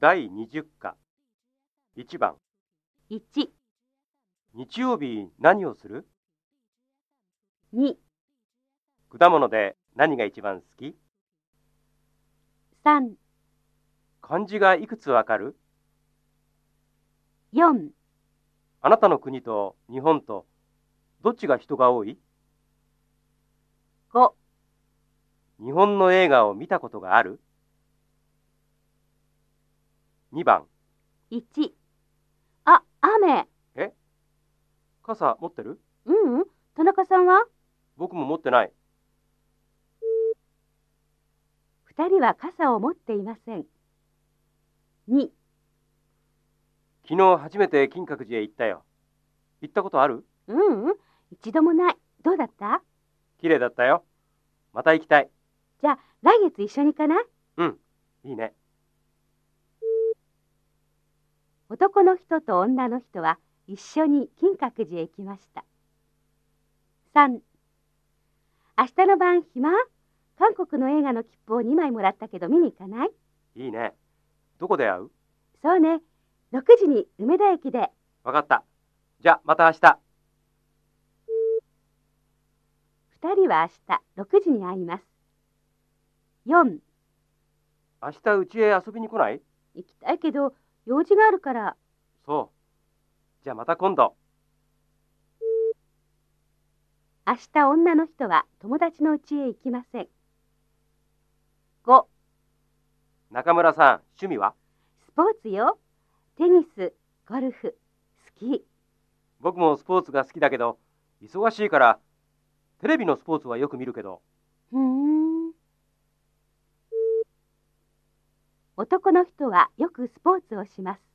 第20課1番1、日曜日何をする2、果物で何が一番好き3、漢字がいくつわかる4、あなたの国と日本とどっちが人が多い5、日本の映画を見たことがある2番1。あ、雨。傘持ってるううん、田中さんは僕も持ってない ?2 人は傘を持っていません。2、昨日初めて金閣寺へ行ったよ行ったことあるううん、一度もない。どうだった綺麗だったよまた行きたい来月一緒に行かないいいね男の人と女の人は一緒に金閣寺へ行きました。3、明日の晩暇韓国の映画の切符を2枚もらったけど見に行かないいいねどこで会うそうね、6時に梅田駅で。わかったじゃあまた明日2人は明日6時に会います。4、明日うちへ遊びに来ない行きたいけど用事があるからそう。じゃあまた今度。明日女の人は友達の家へ行きません。5、中村さん、趣味はスポーツよ。テニス、ゴルフ、スキー。僕もスポーツが好きだけど、忙しいから、テレビのスポーツはよく見るけど、ふーん。男の人はよくスポーツをします。